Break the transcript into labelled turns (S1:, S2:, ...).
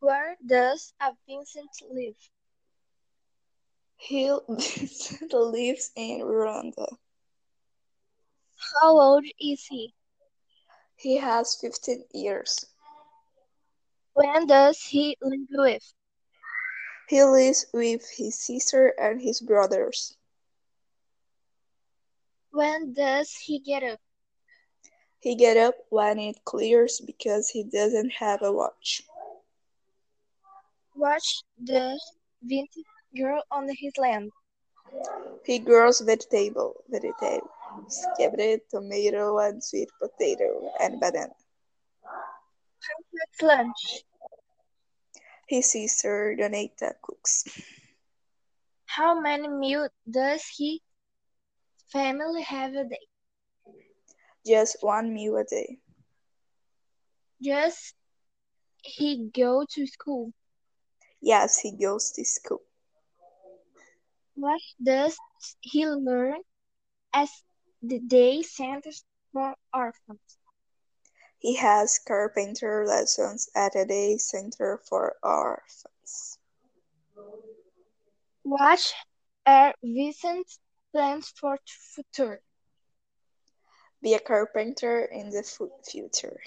S1: Where does a Vincent live?
S2: He lives in Rwanda.
S1: How old is he?
S2: He has 15 years.
S1: When does he live with?
S2: He lives with his sister and his brothers.
S1: When does he get up?
S2: He get up when it clears because he doesn't have a watch.
S1: What does Vincent grow on his land?
S2: He grows vegetable, vegetables, cabbage, tomato, and sweet potato, and banana.
S1: Who cooks lunch?
S2: His sister Donata cooks.
S1: How many meals does he family have a day?
S2: Just one meal a day.
S1: Does he go to school?
S2: Yes, he goes to school.
S1: What does he learn as the day centers for orphans?
S2: He has carpenter lessons at a day center for orphans.
S1: What are Vincent's plans for the future?
S2: Be a carpenter in the fu- future.